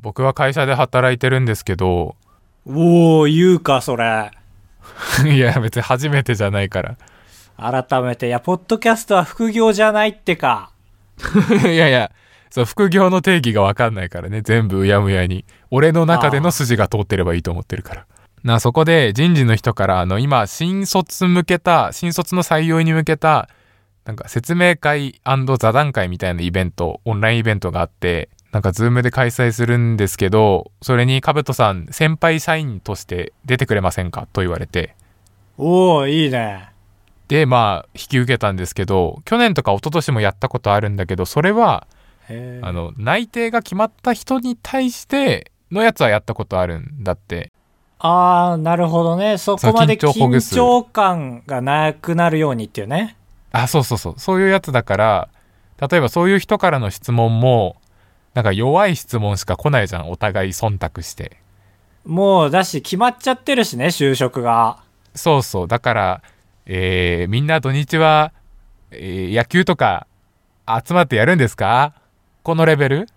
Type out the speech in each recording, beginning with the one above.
僕は会社で働いてるんですけど、 おお、言うか、それ。いや、別に初めてじゃないから。改めて、いや、ポッドキャストは副業じゃないってか。 いやいや、そう、副業の定義がわかんないからね、全部うやむやに。俺の中での筋が通ってればいいと思ってるから。なあ、そこで人事の人から、あの、今、新卒向けた、新卒の採用に向けた、なんか説明会座談会みたいなイベント、オンラインイベントがあって、なんかズームで開催するんですけど、それにカブトさん、先輩社員として出てくれませんかと言われて、おお、いいね。で、まあ、引き受けたんですけど、去年とか一昨年もやったことあるんだけど、それは、へあえ。の内定が決まった人に対してのやつはやったことあるんだってあー、なるほどね。そこまでそう緊張ほぐ緊す張感がなくなるようにっていうね。あそうそうそうそういうやつだから例えばそういう人からの質問もなんか弱い質問しか来ないじゃんお互い忖度してもう、だし、決まっちゃってるしね、就職が。そうそうだから、えーみんな土日は、えー野球とか集まってやるんですかこのレベル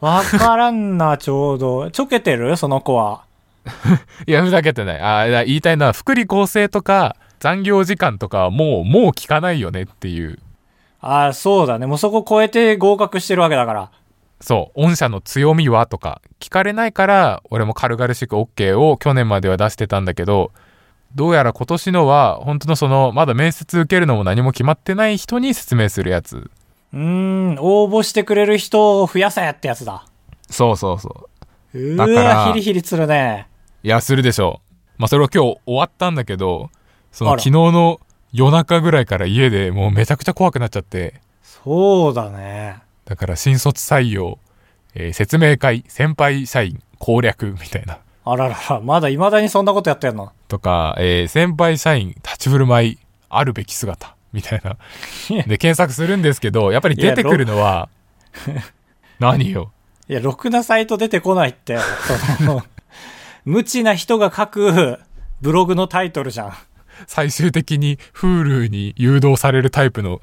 わから んな、ちょうど。ちょけてるその子は。いやふざけてないあーだから言いたいのは福利厚生とか残業時間とかはもうもう聞かないよねっていうあー、そうだね。もうそこ超えて合格してるわけだから。そう、御社の強みはとか聞かれないから、俺も軽々しく OK を去年までは出してたんだけど、どうやら今年のは、本当のその、まだ面接受けるのも何も決まってない人に説明するやつ。うーん、応募してくれる人を増やせってやつだ。そうそうそう。うだかわらヒリヒリするね。いや、するでしょう。まあ、それを今日終わったんだけど、そのあら昨日の夜中ぐらいから家でもうめちゃくちゃ怖くなっちゃって、そうだね。だから新卒採用、えー説明会、先輩社員、攻略みたいな。あららら、まだ未だにそんなことやってんの。とか、えー先輩社員立ち振る舞いあるべき姿みたいなで検索するんですけどやっぱり出てくるのは何よいや、ろくなサイト出てこないって。 その、無知な人が書くブログのタイトルじゃん。最終的に Hulu に誘導されるタイプの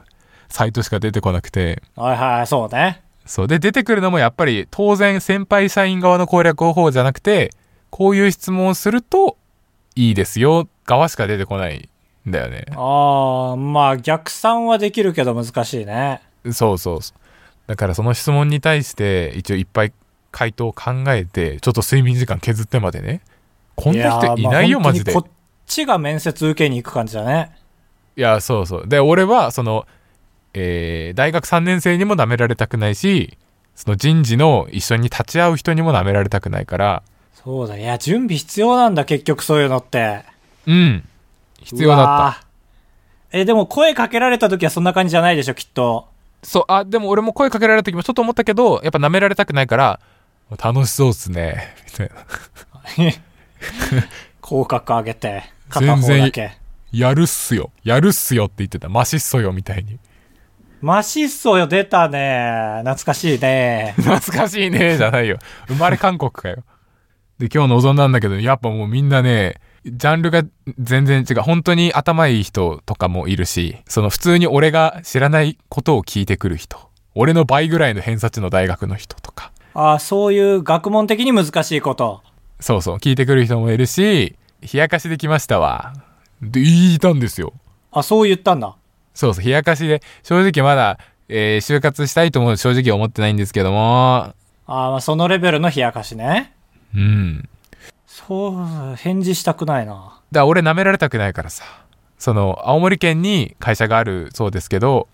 サイトしか出てこなくてはいはい、そうね。そうで出てくるのもやっぱり当然先輩社員側の攻略方法じゃなくてこういう質問をするといいですよ側しか出てこないんだよねああ、まあ逆算はできるけど難しいね。そうそうそうだからその質問に対して一応いっぱい回答を考えてちょっと睡眠時間削ってまでねこんな人いないよやーまあマジで本当にこっちが面接受けに行く感じだね。いやそうそうで俺はその、えー大学3年生にも舐められたくないしその人事の一緒に立ち会う人にも舐められたくないからそうだ、いや、準備必要なんだ、結局そういうのって。うん必要だったった。え、でも声かけられた時はそんな感じじゃないでしょ、きっと。そうあでも俺も声かけられた時もちょっと思ったけどやっぱ舐められたくないから楽しそうっすねみたいな口角上げて、片方だけ。やるっすよやるっすよって言ってたマシっそよみたいに。マシッソよ、出たね。懐かしいね懐かしい ねじゃないよ生まれ韓国かよで今日臨んだんだけどやっぱもうみんなねジャンルが全然違う本当に頭いい人とかもいるしその普通に俺が知らないことを聞いてくる人俺の倍ぐらいの偏差値の大学の人とかああ、そういう学問的に難しいこと。そうそう聞いてくる人もいるし冷やかしできましたわで言いたんですよあ、そう言ったんだ。そうそう冷やかしで正直まだ、えー就活したいとも正直思ってないんですけどもああ、まあそのレベルの冷やかしね。うんそう、返事したくないな。だから俺舐められたくないからさその青森県に会社があるそうですけど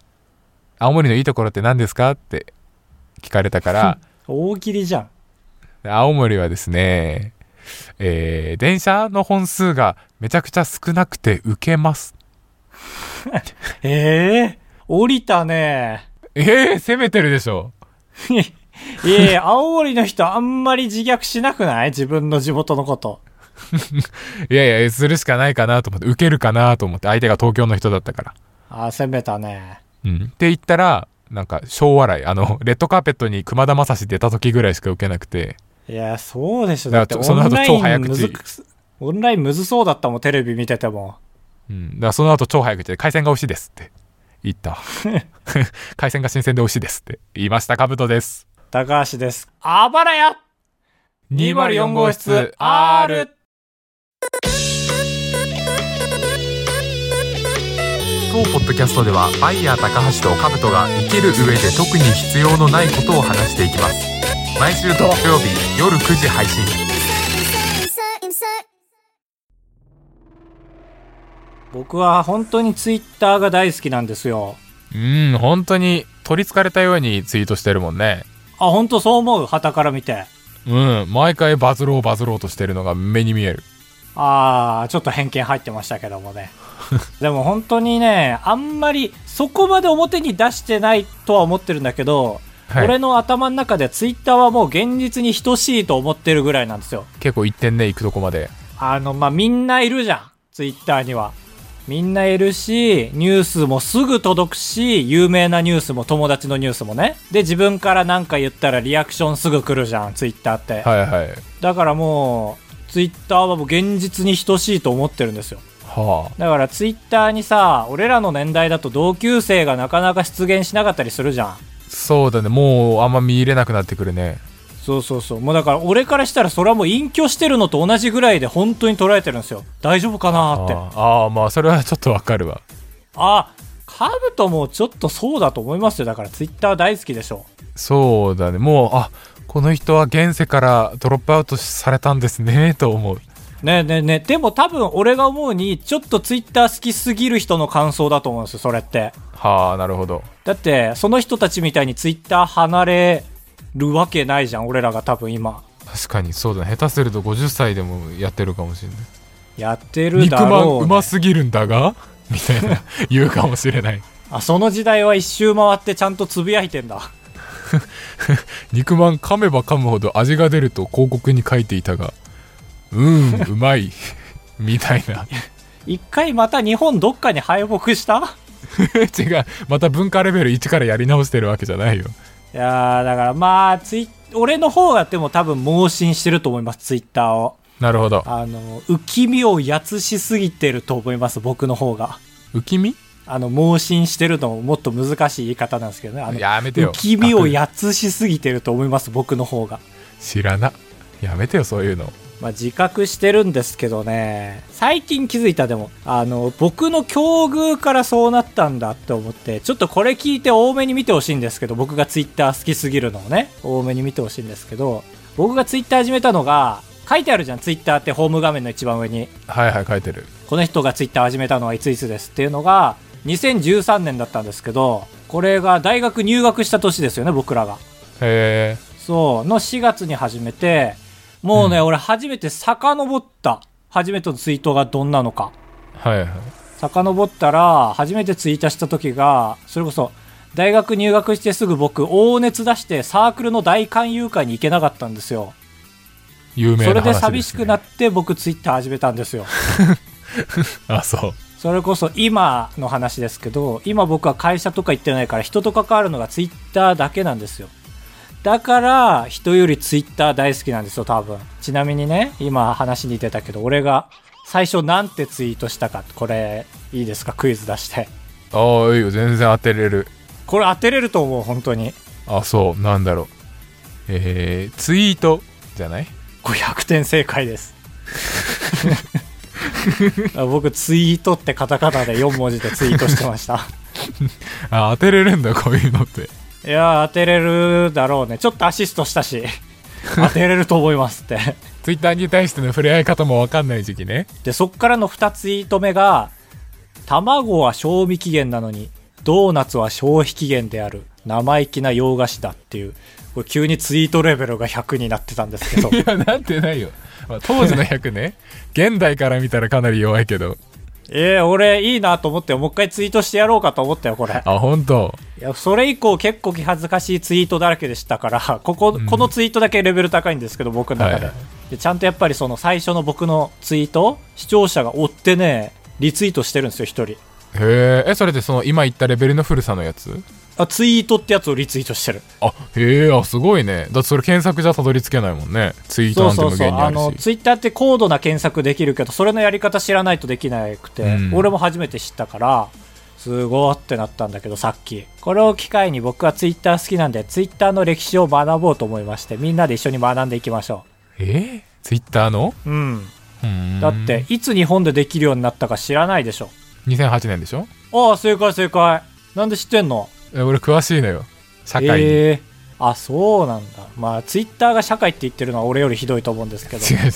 青森のいいところって何ですかって聞かれたから大喜利じゃん。で青森はですねえー電車の本数がめちゃくちゃ少なくてウケますええ降りたね。えー、攻めてるでしょいえいえ、青森の人あんまり自虐しなくない自分の地元のこと。いやいやするしかないかなと思ってウケるかなと思って相手が東京の人だったからああ、攻めたね。うんって言ったらなんか小笑いあのレッドカーペットに熊田正史出た時ぐらいしかウケなくていや、そうでしょ。だだかってらオその後ンラ超イ早ンむ口ずくす、オンラインむずそうだったもん、テレビ見てても。うん、だからその後超早口で「海鮮が美味しい です」って言った海鮮が新鮮で美味しいですって言いましたカブトです高橋です。あばらや204号室 R! R! Thank 当ポッドキャストではバイヤー高橋とカブトが生きる上で特に必要のないことを話していきます毎週土曜日夜9時配信 you. 僕は本当にツイッターが大好きなんですよ。うん本当に取りつかれたようにツイートしてるもんねあ、本当そう思う旗から見て。うん毎回バズろうバズろうとしてるのが目に見えるあー、ちょっと偏見入ってましたけ どもね。でも本当にね、あんまりそこまで表に出してないとは思ってるんだけど、はい俺の頭の中でツイッターはもう現実に等しいと思ってるぐらいなんですよ。結構一点ね行くとこまであの、まあ、みんないるじゃん。ツイッターには。みんないるし、ニュースもすぐ届くし、有名なニュースも友達のニュースもね。で、自分からなんか言ったらリアクションすぐ来るじゃん、ツイッターって。はいはいだからもう、ツイッターはもう現実に等しいと思ってるんですよ。はだからツイッターにさ、俺らの年代だと同級生がなかなか出現しなかったりするじゃん。あそうだねもうあんま見入れなくなってくるねそうそうそう。もうだから俺からしたらそれはもう隠居してるのと同じぐらいで本当に捉えてるんですよ。大丈夫かなーって。ああーまあそれはちょっとわかるわあ、カブトもちょっとそうだと思いますよ。だからツイッター大好きでしょ。そうだねもうあこの人は現世からドロップアウトされたんですね と思うねえねえねえ。でも多分俺が思うに、ちょっとツイッター好きすぎる人の感想だと思うんですよ、それって。はあなるほどだって、その人たちみたいにツイッター離れるわけないじゃん、俺らが多分今。確かにそうだね下手すると50歳でもやってるかもしれないやってる肉だまんろう、うますぎるんだが みたいな言うかもしれないあ、その時代は一周回ってちゃんとつぶやいてんだ。肉まん噛めば噛むほど味が出ると広告に書いていたがうーんうまいみたいな 一回また日本どっかに敗北した違うまた文化レベル1からやり直してるわけじゃないよいやー、だからまあ、ツイ俺の方がでも多分盲信してると思います、ツイッターを。なるほどあの、浮き身をやつしすぎてると思います、僕の方が。浮き身あの、盲信してるのももっと難しい言い方なんですけどね。あのやめてよ浮き身を隠やつしすぎてると思います、僕の方が。知らなやめてよそういうのまあ、自覚してるんですけどね。最近気づいたでも、あの、僕の境遇からそうなったんだって思って、ちょっとこれ聞いて多めに見てほしいんですけど、僕がツイッター好きすぎるのをね、多めに見てほしいんですけど、僕がツイッター始めたのが、書いてあるじゃん、ツイッターってホーム画面の一番上に。はいはい書いてるこの人がツイッター始めたのはいついつですっていうのが2013年だったんですけどこれが大学入学した年ですよね僕らがへえそうの4月に始めてもうね、う俺初めて遡った初めてのツイートがどんなのかはいはい遡ったら初めてツイートした時がそれこそ大学入学してすぐ僕大熱出してサークルの大勧誘会に行けなかったんですよ有名そなれ話ですね寂しくなって僕ツイッター始めたんですよあそうそれこそ今の話ですけど今僕は会社とか行ってないから人と関わるのがツイッターだけなんですよだから人よりツイッター大好きなんですよ多分ちなみにね今話に出たけど俺が最初なんてツイートしたかこれいいですかクイズ出してああいいよ全然当てれるこれ当てれると思う本当にあそうなんだろうえー、ツイートじゃない500点正解です僕ツイートってカタカナで4文字でツイートしてましたあ当てれるんだこういうのっていやー当てれるだろうねちょっとアシストしたし当てれると思いますってツイッターに対しての触れ合い方も分かんない時期ね でそっからの2ツイート目が「卵は賞味期限なのにドーナツは消費期限である生意気な洋菓子だ」っていうこれ急にツイートレベルが100になってたんですけどいやなんてないよ、まあ当時の100ね 現代から見たらかなり弱いけどえー、俺いいなと思ってもう一回ツイートしてやろうかと思ったよこれあ本当いやそれ以降結構気恥ずかしいツイートだらけでしたから ここ,、うんこのツイートだけレベル高いんですけど僕の中で,、はいはでちゃんとやっぱりその最初の僕のツイート視聴者が追ってねリツイートしてるんですよ一人へーえそれでその今言ったレベルの古さのやつあツイートってやつをリツイートしてるあへえあすごいねだってそれ検索じゃたどり着けないもんねツイートそなうんてそ無限うそうにああるしのツイッターって高度な検索できるけどそれのやり方知らないとできなくて、うん俺も初めて知ったからすごーってなったんだけど、さっき。これを機会に僕はツイッター好きなんで、ツイッターの歴史を学ぼうと思いまして、みんなで一緒に学んでいきましょえツイッターのう。うん。うーんだって、いつ日本でできるようになったか知らないでしょ。 2008年でしょああ、正解正解。なんで知ってんのえ俺詳しいのよ社会に、えーあ、そうなんだ。まあ、ツイッターが社会って言ってるのは俺よりひどいと思うんですけ ど。違う違うそ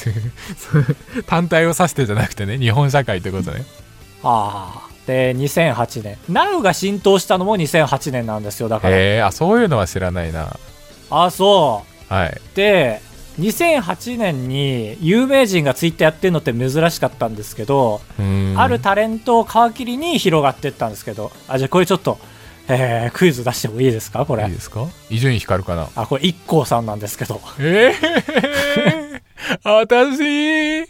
う単体を指してじゃなくてね日本社会ってことねああ。で、2008年。NOW が浸透したのも2008年なんですよ、だから。へえあそういうのは知らないなあ、そう。はいで2008年に有名人がツイッターやってるのって珍しかったんですけど、うーんあるタレントを皮切りに広がってったんですけどあじゃあこれちょっと、えークイズ出してもいいですかこれいいですか伊集院光かなあこれ IKKO さんなんですけどええ私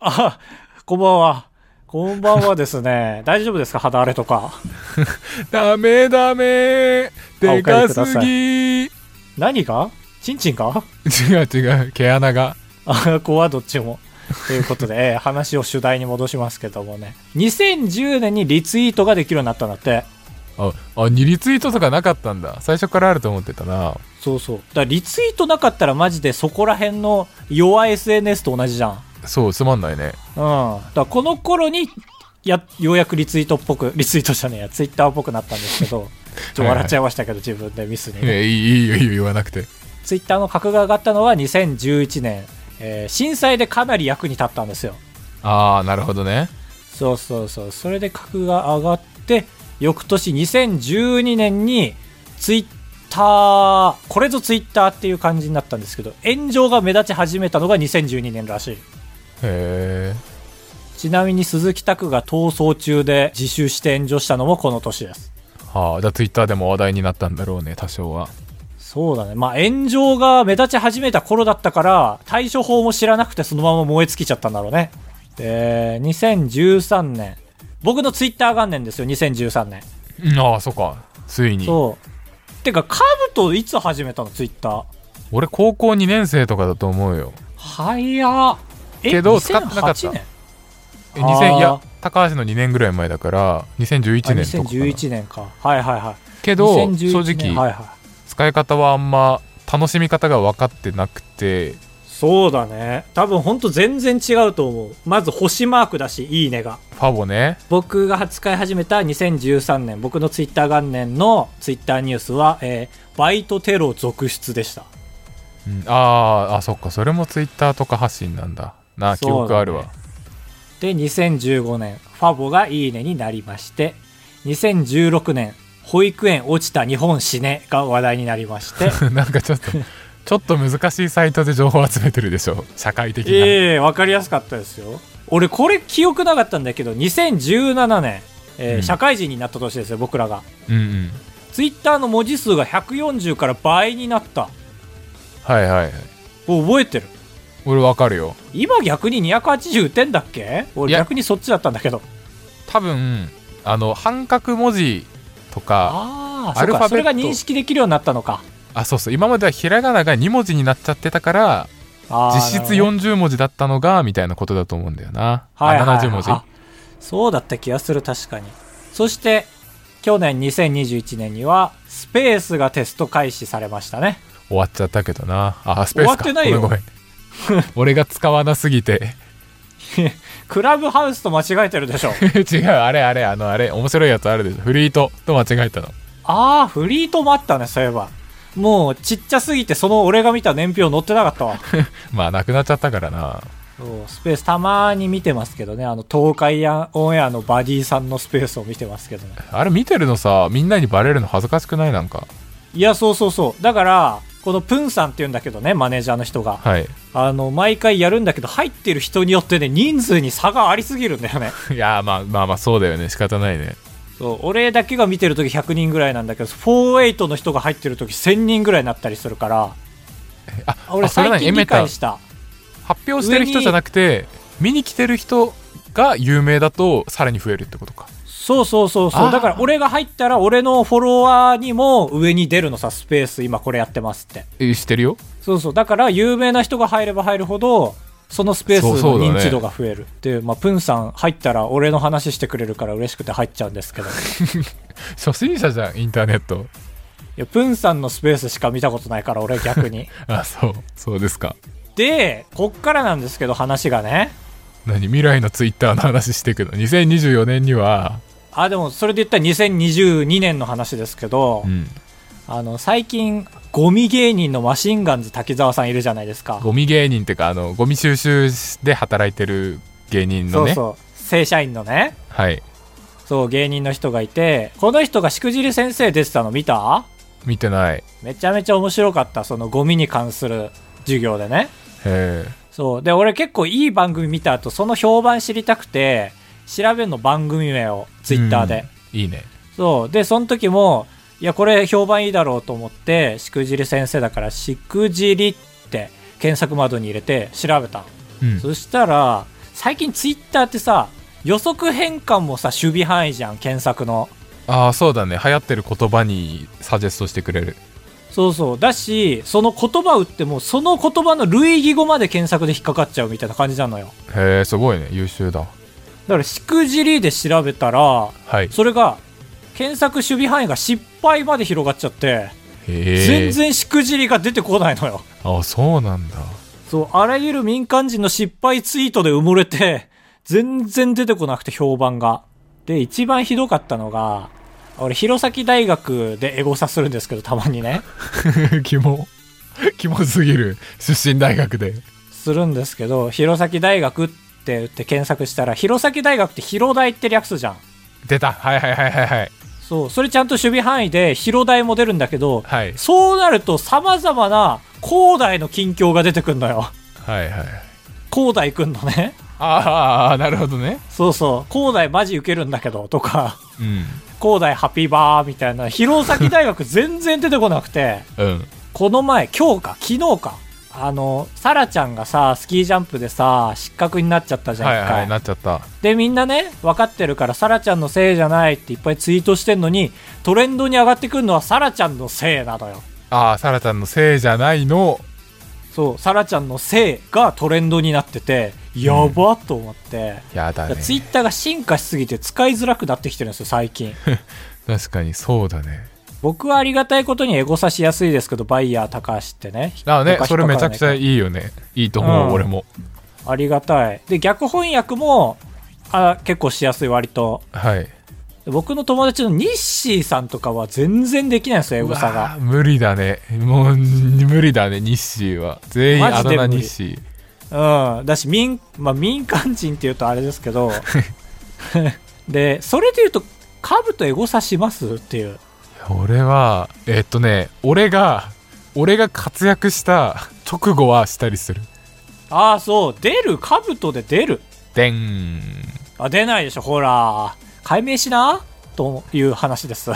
あこんばんはこんばんはですね 大丈夫ですか肌荒れとかダメダメでかあおす帰ぎ違う何がチンチンか違う毛穴があこはどっちも。ということで、えー話を主題に戻しますけどもね2010年にリツイートができるようになったんだってああ2リツイートとかなかったんだ最初からあると思ってたなそうそうだからリツイートなかったらマジでそこら辺の弱い SNS と同じじゃんうんそうつまんないねだからこの頃にやようやくリツイートっぽくリツイートじゃねえやツイッターっぽくなったんですけどちょっと笑っちゃいましたけど自分でミスに、いやいいいいよいいよ言わなくてツイッターの格が上がったのは2011年、えー震災でかなり役に立ったんですよああなるほどねそうそうそうそれで格が上がって翌年2012年にツイッターこれぞツイッターっていう感じになったんですけど炎上が目立ち始めたのが2012年らしいへえちなみに鈴木拓が逃走中で自首して炎上したのもこの年ですはあじゃあツイッターでも話題になったんだろうね多少はそうだねまあ炎上が目立ち始めた頃だったから対処法も知らなくてそのまま燃え尽きちゃったんだろうねで2013年僕のツイッター元年ですよ2013年うんああそっかついにそう。てか、カブといつ始めたのツイッター。俺高校2年生とかだと思うよ早っ。えけど使ってなかった2008年え2000いあやー高橋の2年ぐらい前だからあ2011年とかかな2011年か。はいはいはい。けど2011年正直、はいはい。使い方はあんま楽しみ方が分かってなくてそうだね。多分ほんと全然違うと思う。まず星マークだし、いいねが。ファボね僕が使い始めた2013年、僕のツイッター元年のツイッターニュースは、えーバイトテロ続出でした。うんあーあそっかそれもツイッターとか発信なんだな記そう憶だねあるわ、 で2015年ファボが「いいね」になりまして2016年保育園落ちた日本死ねが話題になりまして なんかち ょっとちょっと難しいサイトで情報集めてるでしょ社会的な、ええわかりやすかったですよ俺これ記憶なかったんだけど2017年、えーうん社会人になった年ですよ僕らがうんうんツイッターの文字数が140から倍になったはいはいはいお覚えてる俺分かるよ今逆に280打てんだっけ俺いや逆にそっちだったんだけど多分あの半角文字とかああアそルうファベットかそれが認識できるようになったのかあそうそう今まではひらがなが2文字になっちゃってたからあー実質なるほど40文字だったのがみたいなことだと思うんだよな、はいはいはいあ70文字あそうだった気がする確かにそして去年2021年にはスペースがテスト開始されましたね終わっちゃったけどなあスペースか終わってないよごめんごめ ん俺が使わなすぎてクラブハウスと間違えてるでし ょ違うあれあれあのあれ面白いやつあるでしょフリートと間違えたのああフリートもあったねそういえばもうちっちゃすぎてその俺が見た年表載ってなかった わまあなくなっちゃったからなそうスペースたまに見てますけどねあの東海やオンエアのバディさんのスペースを見てますけどねあれ見てるのさみんなにバレるの恥ずかしくないなんかいやそうそうそうだからこのプンさんって言うんだけどねマネージャーの人がはいあの毎回やるんだけど入ってる人によってね人数に差がありすぎるんだよ ねいやまあまあまあそうだよね仕方ないねそう俺だけが見てるとき100人ぐらいなんだけど48の人が入ってるとき1000人ぐらいになったりするからあ俺あそれ最何近エメ理タ解した発表してる人じゃなくて見に来てる人が有名だとさらに増えるってことかそうそうそうそあーうだから俺が入ったら俺のフォロワーにも上に出るのさスペース今これやってますってえしてるよそうそうだから有名な人が入れば入るほどそのスペースそうそのうだね認知度が増えるっていう、まあ、プンさん入ったら俺の話してくれるから嬉しくて入っちゃうんですけどい初心者じゃんインターネットやプンさんのスペースしか見たことないから俺逆 にあそうそうですかでこっからなんですけど話がね何未来のツイッターの話してくの2024年には、あでもそれで言ったら2022年の話ですけど、うん、あの最近ゴミ芸人のマシンガンズ滝沢さんいるじゃないですか、ゴミ芸人ってかあのゴミ収集で働いてる芸人そのうねそう正社員のねはいそう芸人の人がいてこの人がしくじり先生出てたの見た見てないへめちゃめちゃ面白かったそのゴミに関する授業でねえそうで俺結構いい番組見た後その評判知りたくて調べるの番組名をツイッターで、うんいいねそうでその時もいやこれ評判いいだろうと思ってしくじり先生だからしくじりって検索窓に入れて調べたのうんそしたら最近ツイッターってさ予測変換もさ守備範囲じゃん検索のああそうだね流行ってる言葉にサジェストしてくれるそうそうだしその言葉打ってもその言葉の類義語まで検索で引っかかっちゃうみたいな感じなのよへえすごいね優秀だだからしくじりで調べたらはいそれが検索守備範囲が失敗まで広がっちゃってへえ全然しくじりが出てこないのよあそうなんだ そうあらゆる民間人の失敗ツイートで埋もれて全然出てこなくて評判がで一番ひどかったのが俺弘前大学でエゴサするんですけどたまにねキモキモすぎる出身大学でするんですけど弘前大学って打って検索したら弘前大学って広大って略すじゃん出たはいはいはいはいはいそうそれちゃんと守備範囲で広大も出るんだけどはいそうなると様々な広大の近況が出てくんのよはいはい広大くんのねああなるほどねそうそう広大マジウケるんだけどとかうん高大ハッピーバーみたいな弘前大学全然出てこなくてうんこの前今日か昨日かあのサラちゃんがさスキージャンプでさ失格になっちゃったじゃんはい一回、はいなっちゃったでみんなね分かってるからサラちゃんのせいじゃないっていっぱいツイートしてんのにトレンドに上がってくるのはサラちゃんのせいなのよああサラちゃんのせいじゃないのそうサラちゃんのせいがトレンドになっててやばと思って、やだねツイッターが進化しすぎて使いづらくなってきてるんですよ最近 確かにそうだね僕はありがたいことにエゴサしやすいですけどバイヤー高橋ってねああね他それめちゃくちゃ引っかからないいいよねいいと思う、うん俺もからありがたいで逆翻訳もあ結構しやすい割とはいで僕の友達のニッシーさんとかは全然できないんですよエゴうサわがー無理だねもう無理だね日誌は全員マあジだで無理名日誌うんだし民,、まあ、民間人っていうとあれですけどでそれでいうと株とエゴサしますっていう俺はえっとね俺が俺が活躍した直後はしたりするああそう出る株とで出るでんあ出ないでしょほら解明しなという話です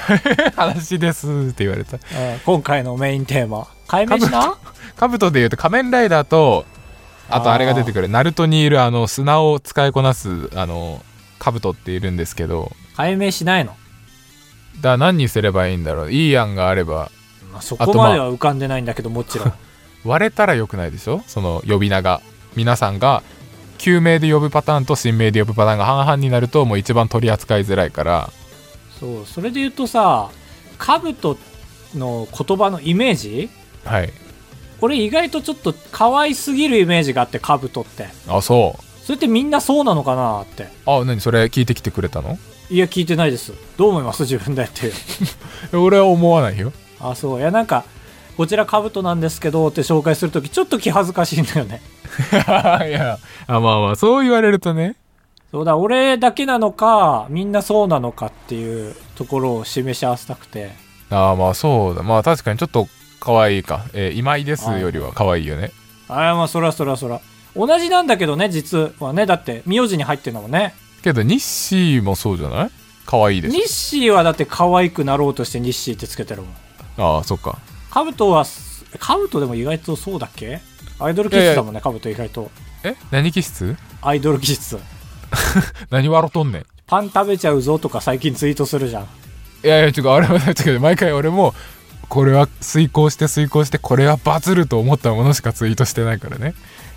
話ですって言われたうん今回のメインテーマ解明しな兜で言うと仮面ライダーとあとあれが出てくるナルトにいるあの砂を使いこなすあの兜っているんですけど解明しないの、だから何にすればいいんだろういい案があればまあ、そこまでは浮かんでないんだけどもちろん割れたら良くないでしょその呼び名が皆さんが旧名で呼ぶパターンと新名で呼ぶパターンが半々になるともう一番取り扱いづらいからそうそれで言うとさ兜の言葉のイメージはい俺意外とちょっと可愛すぎるイメージがあって兜ってあそうそれってみんなそうなのかなってあ何それ聞いてきてくれたのいや聞いてないですどう思います自分でって いう俺は思わないよあそういやなんかこちら兜なんですけどって紹介するときちょっと気恥ずかしいんだよね いやあまあまあそう言われるとねそうだ俺だけなのかみんなそうなのかっていうところを示し合わせたくてああまあそうだまあ確かにちょっと可愛いか、えー今井ですよりは可愛いよねああまあそらそらそら同じなんだけどね実はねだって名字に入ってるのもんねけど日誌もそうじゃない可愛いでニすッシーはだって可愛くなろうとしてニッシーってつけてるもんああそっかカブトはカブトでも意外とそうだっけアイドル気質だもんねカブト意外とえ何気質アイドル気質何笑うとんねんパン食べちゃうぞとか最近ツイートするじゃんいやいや違うあれは違う毎回俺もこれは遂行して遂行してこれはバズると思ったものしかツイートしてないからね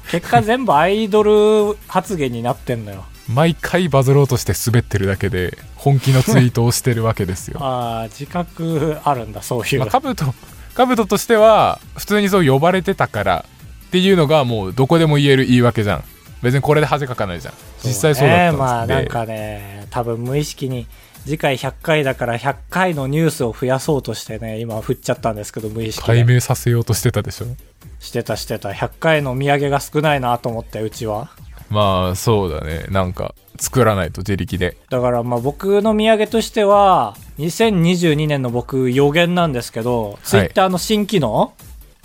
結果全部アイドル発言になってんのよ。 毎回バズろうとして滑ってるだけで本気のツイートをしてるわけですよああ、自覚あるんだ、そういう。まあ、カブトカブトとしては普通にそう呼ばれてたからっていうのがもうどこでも言える言い訳じゃん別にこれで恥かかないじゃん実際そうだねまったあんでなすんで、かね、多分無意識に、次回100回だから100回のニュースを増やそうとしてね、今振っちゃったんですけど、無意識解で。明させようとしてたでしょしてたしてた。100回のお土産が少ないなと思って、うちは。まあそうだねなんか作らないと自力でだからまあ僕の土産としては、2022年の僕予言なんですけど、ツイッターの新機能、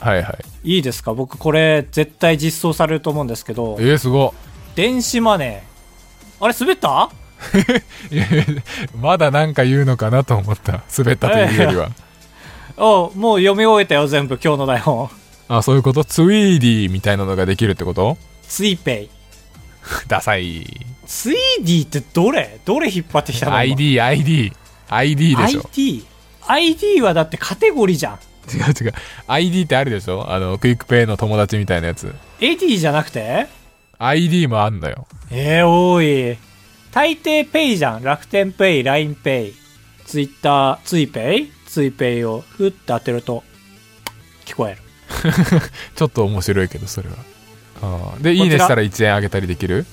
はいはいい、いですか僕これ絶対実装されると思うんですけどえ、ー、すご電子マネー。あれ滑ったいいや まだなんか言うのかなと思った滑ったというよりはおうもう読み終えたよ、全部今日の台本。あそういうことツイーディーみたいなのができるってことツイペイ。ダサいツイーディってどれどれ引っ張ってきたの IDIDID でしょ ID?ID はだってカテゴリーじゃん。違う違う ID ってあるでしょあのクイックペイの友達みたいなやつ AD じゃなくて ID もあんのよえー、多い。大抵ペイじゃん。楽天ペイ、ラインペイ、ツイッター、ツイペイツイペイをふって当てると、聞こえる。ちょっと面白いけどそれはあーで「いいこちね」らしたら1円あげたりできる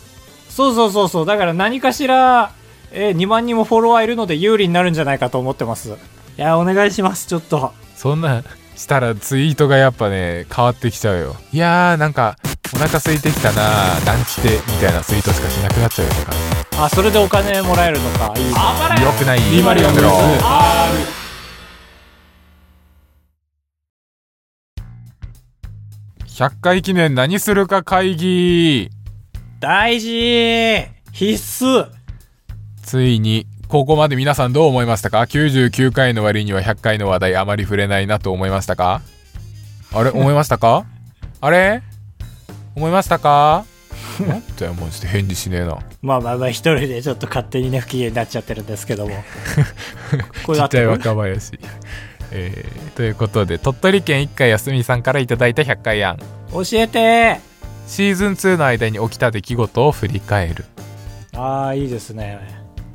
そうそうそうそう。だから何かしら、えー2万人もフォロワーいるので有利になるんじゃないかと思ってます。いやー、お願いします、ちょっと。そんなしたらツイートがやっぱね変わってきちゃうよいやーなんかお腹空いてきたなーランチでみたいなツイートしかしなくなっちゃうよとかあ、それでお金もらえるのか。いいな。よくないリマリオンですやめろ100回記念何するか会議大事必須ついにここまで皆さんどう思いましたか99回の割には100回の話題あまり触れないなと思いましたかあれ思いましたかあれ思いましたかなんだよマジで返事しねえなまあまあまあ一人でちょっと勝手にね不機嫌になっちゃってるんです けどもこち合っちゃっている若林、えーということで鳥取県一回休みさんからいただいた100回案教えてシーズン2の間に起きた出来事を振り返るああいいですね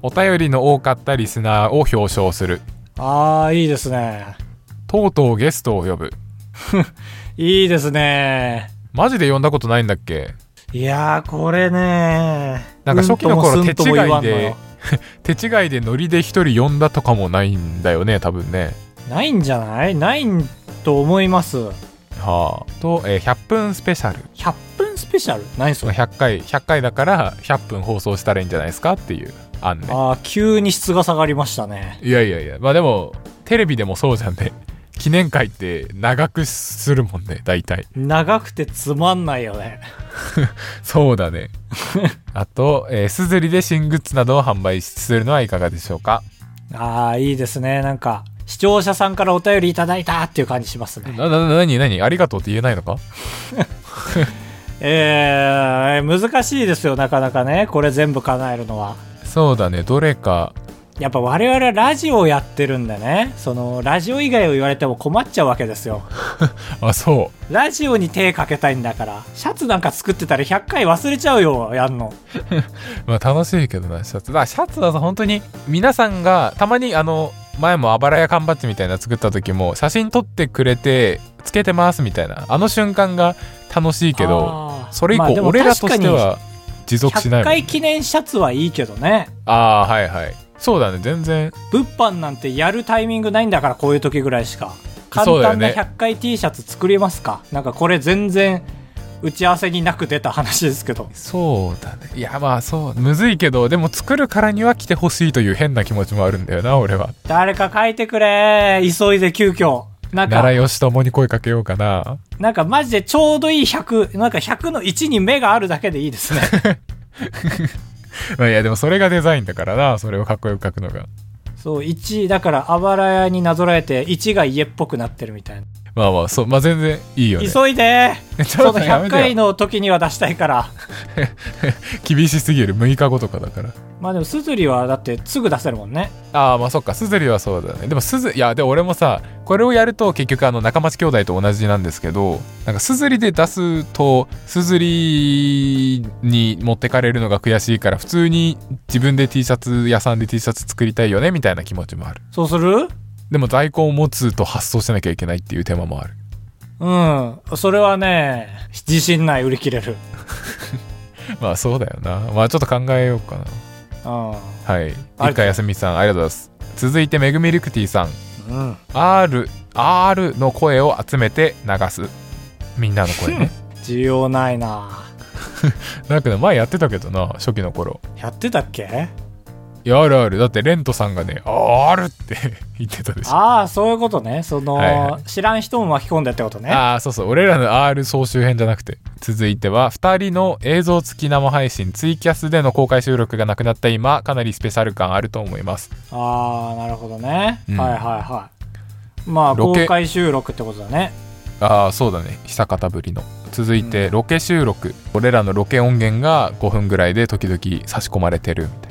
お便りの多かったリスナーを表彰するああいいですねとうとうゲストを呼ぶいいですねマジで呼んだことないんだっけいやーこれねなんか初期のう頃ん手ともすんとも違言わいんのでよ 手違いでノリで一人呼んだとかもないんだよね多分ねないんじゃないないんと思いますはあと、えー100分スペシャル100分スペシャル何そそのれ100回100回だから100分放送したらいいんじゃないですかっていう案ねああ急に質が下がりましたねいやいやいやまあでもテレビでもそうじゃんね記念会って長くするもんね大体長くてつまんないよねそうだ ねあと、えー、すずりで新グッズなどを販売するのはいかがでしょうかああいいですねなんか視聴者さんからお便りいただいたっていう感じしますねなななになにありがとうって言えないのかえー、難しいですよ、なかなかね。これ全部叶えるのは。そうだねどれかやっぱ我々はラジオをやってるんでね、その、ラジオ以外を言われても困っちゃうわけですよ。あそうラジオに手かけたいんだから、シャツなんか作ってたら100回忘れちゃうよ、やんの。まあ楽しいけどなシャツだからシャツはさ本当に皆さんがたまにあの前もあばらや缶バッジみたいな作った時も写真撮ってくれてつけてますみたいなあの瞬間が楽しいけどあーそれ以まあで降も俺らとしては持確続かしにないも100ん回記念シャツはいいけどね。ああはいはいそうだね全然物販なんてやるタイミングないんだから、こういう時ぐらいしか。簡そうだよ単なね100回 T シャツ作りますか、なんかこれ全然打ち合わせになく出た話ですけど。そうだねいやまあそうむずいけどでも作るからには来てほしいという変な気持ちもあるんだよな俺は誰か書いてくれ急いで急遽なん奈か、良義朝に声かけようかななんかマジでちょうどいい100、なんか100の1に目があるだけでいいです ね。まあいやでもそれがデザインだからなそれをかっこよく書くのがそう、1、だからあばら屋になぞらえて1が家っぽくなってるみたいな。まあまあそうまあ全然いいよね急いで ちょそっとのやめ100てよ回の時には出したいから。厳しすぎる6日後とかだからまあでもすずりはだってすぐ出せるもんねああまあそっかすずりはそうだねでもすずいやでも俺もさこれをやると結局あの仲町兄弟と同じなんですけどなんかすずりで出すとすずりに持ってかれるのが悔しいから普通に自分で T シャツ屋さんで T シャツ作りたいよねみたいな気持ちもあるそうするでも在庫を持つと発送しなきゃいけないっていう手間もあるうんそれはね自信ない売り切れるまあそうだよなまあちょっと考えようかなうんはいあり一回休みさんありがとうございます続いてめぐみルクティさんうん R, R の声を集めて流すみんなの声ね需要ないななんかね前やってたけどな初期の頃やってたっけいやあるあるだってレントさんがね「R」って 言ってたでしょああそういうことねその、はいは知らん人も巻き込んでってことねああそうそう俺らの R 総集編じゃなくて続いては2人の映像付き生配信ツイキャスでの公開収録がなくなった今かなりスペシャル感あると思いますああなるほどね、うんはいはいはいまあロ公ケ開収録ってことだねああそうだね久方ぶりの続いてロケ収録、俺らのロケ音源が5分ぐらいで時々差し込まれてるみたい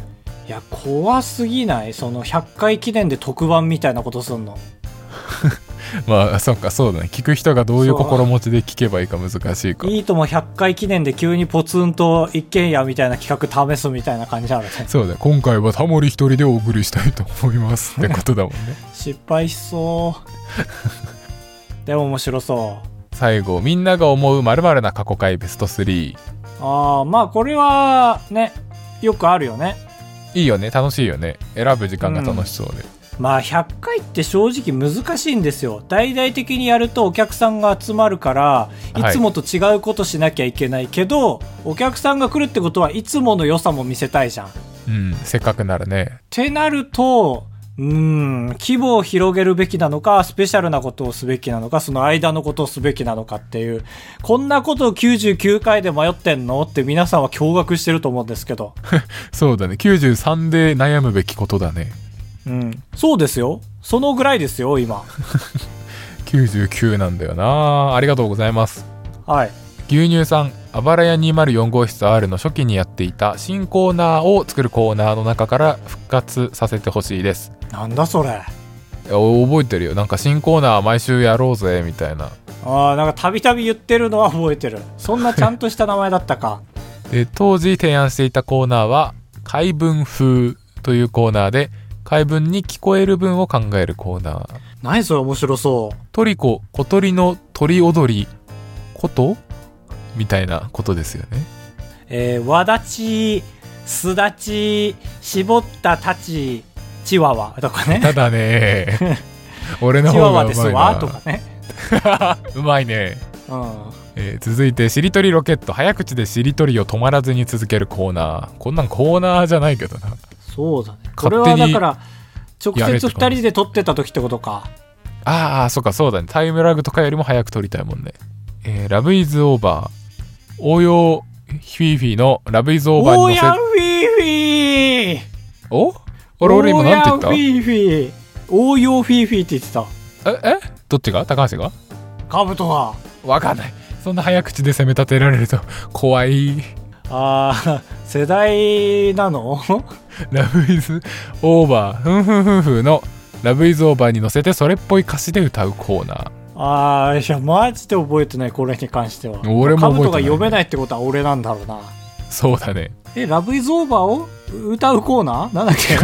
いや怖すぎないその100回記念で特番みたいなことすんのまあそっかそうだね聞く人がどういう心持ちで聞けばいいか難しいかいいとも100回記念で急にポツンと一軒家みたいな企画試すみたいな感じなのねそうだね今回はタモリ一人でお送りしたいと思いますってことだもんね失敗しそう でも面白そう 最後みんなが思うまるな過去回ベスト3ああまあこれはねよくあるよねいいよね楽しいよね選ぶ時間が楽しそうで、まあ100回って正直難しいんですよ大々的にやるとお客さんが集まるからはいいつもと違うことしなきゃいけないけど、お客さんが来るってことはいつもの良さも見せたいじゃん。っうんせっかくならねてなるとうーん規模を広げるべきなのかスペシャルなことをすべきなのかその間のことをすべきなのかっていうこんなことを99回で迷ってんのって皆さんは驚愕してると思うんですけど、そうだね93で悩むべきことだねうん、そうですよそのぐらいですよ今。 99なんだよなありがとうございますはい牛乳さんあばらや204号室 R の初期にやっていた新コーナーを作るコーナーの中から復活させてほしいですなんだそれ。いや覚えてるよなんか新コーナー毎週やろうぜみたいなああなんかたびたび言ってるのは覚えてるそんなちゃんとした名前だったか で当時提案していたコーナーは「解文風」というコーナーで解文に聞こえる文を考えるコーナー何それ面白そトリコ小鳥の鳥踊りことみたいなことですよね うえー、わだちすだち絞ったたちチワワとかねただ ね俺のチ方ワがワうですまわいとなかねうまいねうんえー続いてしりとりロケット早口でしりとりを止まらずに続けるコーナーこんなんコーナーじゃないけどなそうだねこ勝れ手はにだから直やれって接こ2と人で撮ってた時ってことかああ、そっか、そうだね。タイムラグとかよりも早く撮りたいもんね。えー、ラブイズオーバー。応用フィーフィーのラブイズオーバーおーに乗やんせ、フィーフィーお俺、俺今なんてお言っーやんフィーフィー応用フィーフィーって言ってたたえ、えどっちが高橋がカブトがわかんない。そんな早口で攻め立てられると怖い。あー 世代なの ラブイズオーバー、ふんふんふんふんのラブイズオーバーに乗せてそれっぽい歌詞で歌うコーナー。ああ、いや、マジで覚えてない、これに関しては。俺も覚えてないカブトが読めないってことは俺なんだろうな。そうだね。え、ラブイズオーバーを歌うコーナーなんだっけ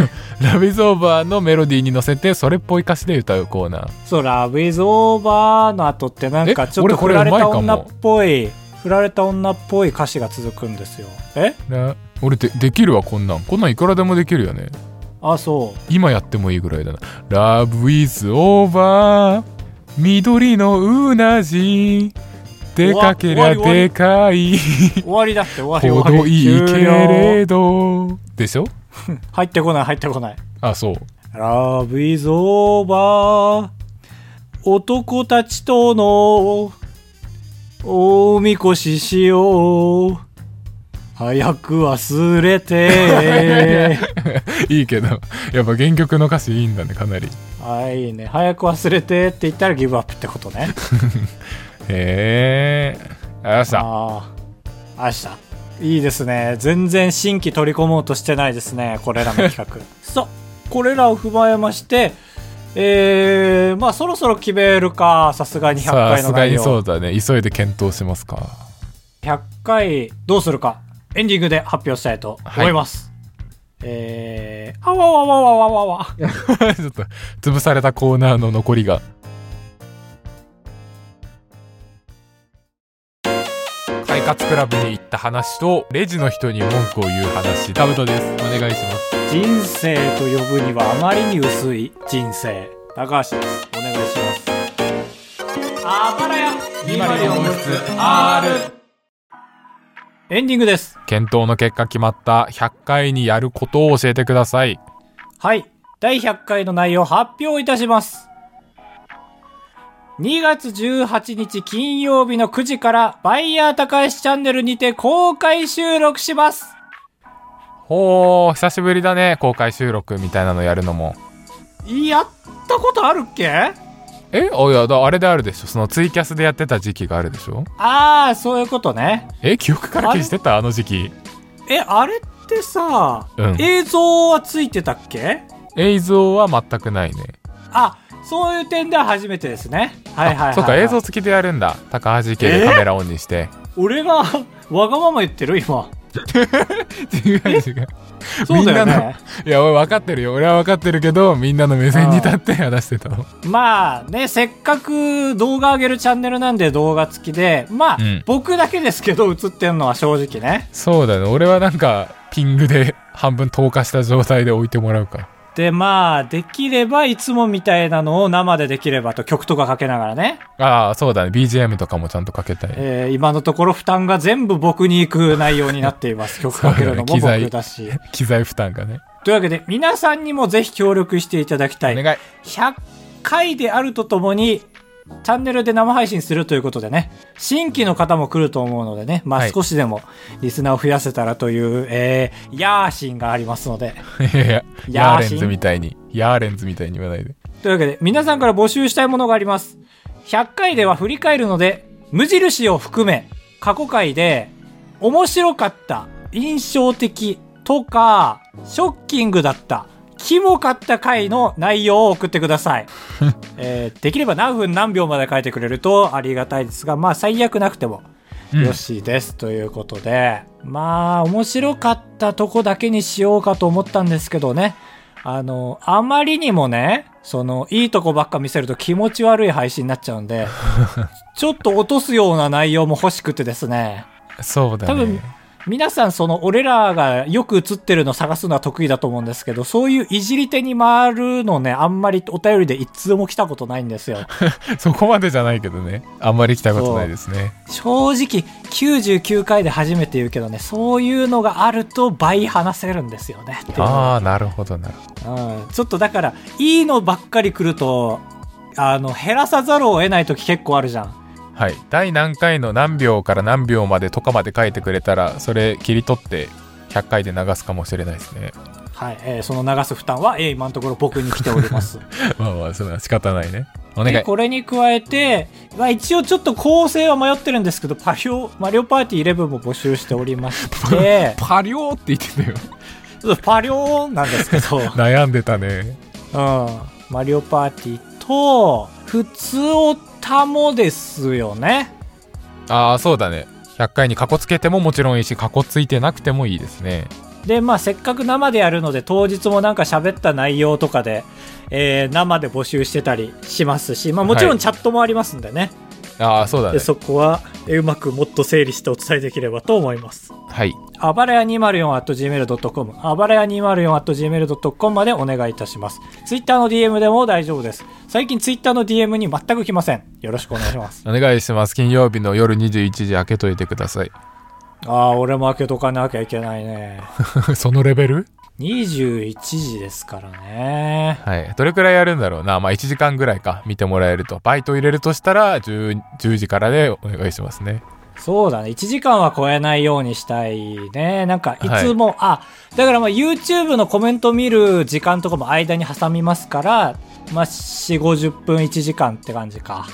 ラブイズオーバーのメロディーに乗せてそれっぽい歌詞で歌うコーナー。そう、ラブイズオーバーの後ってなんかえちょっと俺こ振れられうまいたかも女っぽい、振られた女っぽい歌詞が続くんですよ。えな俺でできるわこんなんこんなんいくらでもできるよねあ、そう。今やってもいいぐらいだな「Love is over 緑のうなじ」「出かけりゃうわ終わりでかい」終わりだって、「終わりほ終わどり。いいけ終了れど」でしょ入ってこない、入ってこない。あそうラブイズオーバー男たちとの大みこししよう早く忘 れていいけどやっぱ原曲の歌詞いいんだねかなりあいいね早く忘れてって言ったらギブアップってことねへえありがとうございましたああ明日いいですね全然新規取り込もうとしてないですねこれらの企画 さあこれらを踏まえましてえー、まあそろそろ決めるかさすがに100さ回のすが内にそ容うだね急いで検討しますか100回どうするかエンディングで発表したいと思います、えー、あわわわわわわわ ちょっと潰されたコーナーの残りが快活クラブに行った話とレジの人に文句を言う話タブトですお願いします人生と呼ぶにはあまりに薄い人生高橋ですお願いしますあばらやエンディングです検討の結果決まった100回にやることを教えてくださいはい第100回の内容を発表いたします2月18日金曜日の9時からバイヤー高橋チャンネルにて公開収録しますほー久しぶりだね公開収録みたいなのやるのもやったことあるっけえあいやだあれであるでしょそのツイキャスでやってた時期があるでしょああそういうことねえ記憶から消してたあの時期えあれってさ、うん映像はついてたっけ映像は全くないねあそういう点では初めてですね。はいはいはい、はい。あそうか映像付きでやるんだ高橋家でカメラオンにして、俺がわがまま言ってる今。違う違うそうだよね。 いや俺分かってるよ俺は分かってるけどみんなの目線に立って話してたのまあね、せっかく動画上げるチャンネルなんで動画付きで、まあ、うん僕だけですけど映ってるのは正直ね。そうだね俺はなんかピングで半分透過した状態で置いてもらうからで、まあ、できればいつもみたいなのを生でできればと曲とかかけながらね。ああそうだね BGM とかもちゃんとかけたい、えー今のところ負担が全部僕に行く内容になっています。曲かけるのもそうだね僕だし。機材負担がねというわけで、皆さんにもぜひ協力していただきたおい。願い 100回であるとともに、チャンネルで生配信するということでね、新規の方も来ると思うのでね、まはあい少しでもリスナーを増やせたらという、えー、ヤーシンがありますので。いやいやヤヤーーシンレンズみたいにヤーレンズみたいに言わないでというわけで、皆さんから募集したいものがあります。100回では振り返るので、無印を含め、過去回で、面白かった、印象的、とか、ショッキングだった、キモかった回の内容を送ってく ださい。えーできれば何分何秒まで書いてくれるとありがたいですが、まあ最悪なくてもうんよしです、ということで、まあ面白かったとこだけにしようかと思ったんですけどね、あの、あまりにもね、その、いいとこばっか見せると気持ち悪い配信になっちゃうんで、ちょっと落とすような内容も欲しくてですね、そうだ多分ね皆さんその俺らがよく映ってるの探すのは得意だと思うんですけど、そういういじり手に回るのね、あんまりお便りで一通も来たことないんですよ。そこまでじゃないけどねあんまり来たことないですね正直99回で初めて言うけどね、そういうのがあると倍話せるんですよね。っていうのがああなるほどなるほどうんちょっとだから、いいのばっかり来ると、あの、減らさざるを得ない時結構あるじゃん。はい第何回の何秒から何秒までとかまで書いてくれたらそれ切り取って100回で流すかもしれないですねはい、えーその流す負担は、えー今のところ僕に来ており ます。 まあまあそれは仕方ないねお願いでこれに加えて、まあ、一応ちょっと構成は迷ってるんですけどパリオマリオパーティー11も募集しておりまして パリョーって言ってたよちょっとパリオなんですけど、うん、 悩んでたねマリオパーティーと普通おたもですよねああそうだね100回にカコつけてももちろんいいしカコついてなくてもいいですねでまあせっかく生でやるので当日もなんか喋った内容とかで、えー生で募集してたりしますし、まあ、もちろはんいチャットもありますんでね、ああそうだでねそこはえーうまくもっと整理してお伝えできればと思いますはいあばらや 204.gmail.com、あばらや 204.gmail.com までお願いいたします。ツイッターの DM でも大丈夫です。最近ツイッターの DM に全く来ません。よろしくお願いします。お願いします金曜日の夜21時開けといてくださいあ あ、俺も開けとかなきゃいけない ね。 そのレベル21時ですからね。はいどれくらいやるんだろうなまあ1時間ぐらいか見てもらえるとバイト入れるとしたら 10, 10時からでお願いしますねそうだね。1時間は超えないようにしたいね。なんか、いはいつも、あ、だからまあ YouTube のコメント見る時間とかも間に挟みますから、まあ、4、50分1時間って感じか。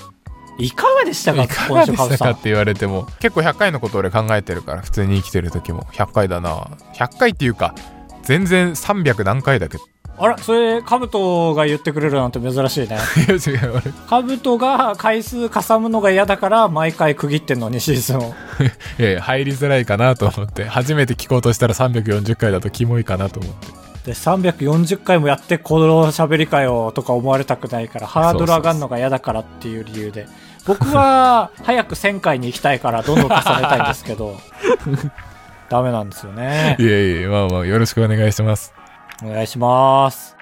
いかがでしたかいかがでし今週たカかウっさて言われても結構100回のこと俺考えてるから普通に生きてる時も100回だな100回っていうか全然300何回だけどんあらそれカブトが言ってくれるなんて珍しい ねいや違う 俺カブトが回数かさむのが嫌だから毎回区切ってんのにシーズンをいやいや入りづらいかなと思って初めて聞こうとしたら340回だとキモいかなと思ってで340回もやってこの喋り会をとか思われたくないからハードル上がるのが嫌だからっていう理由で僕は早く1000回に行きたいからどんどん重ねたいんですけどダメなんですよねいやいやまあまあよろしくお願いしますお願いします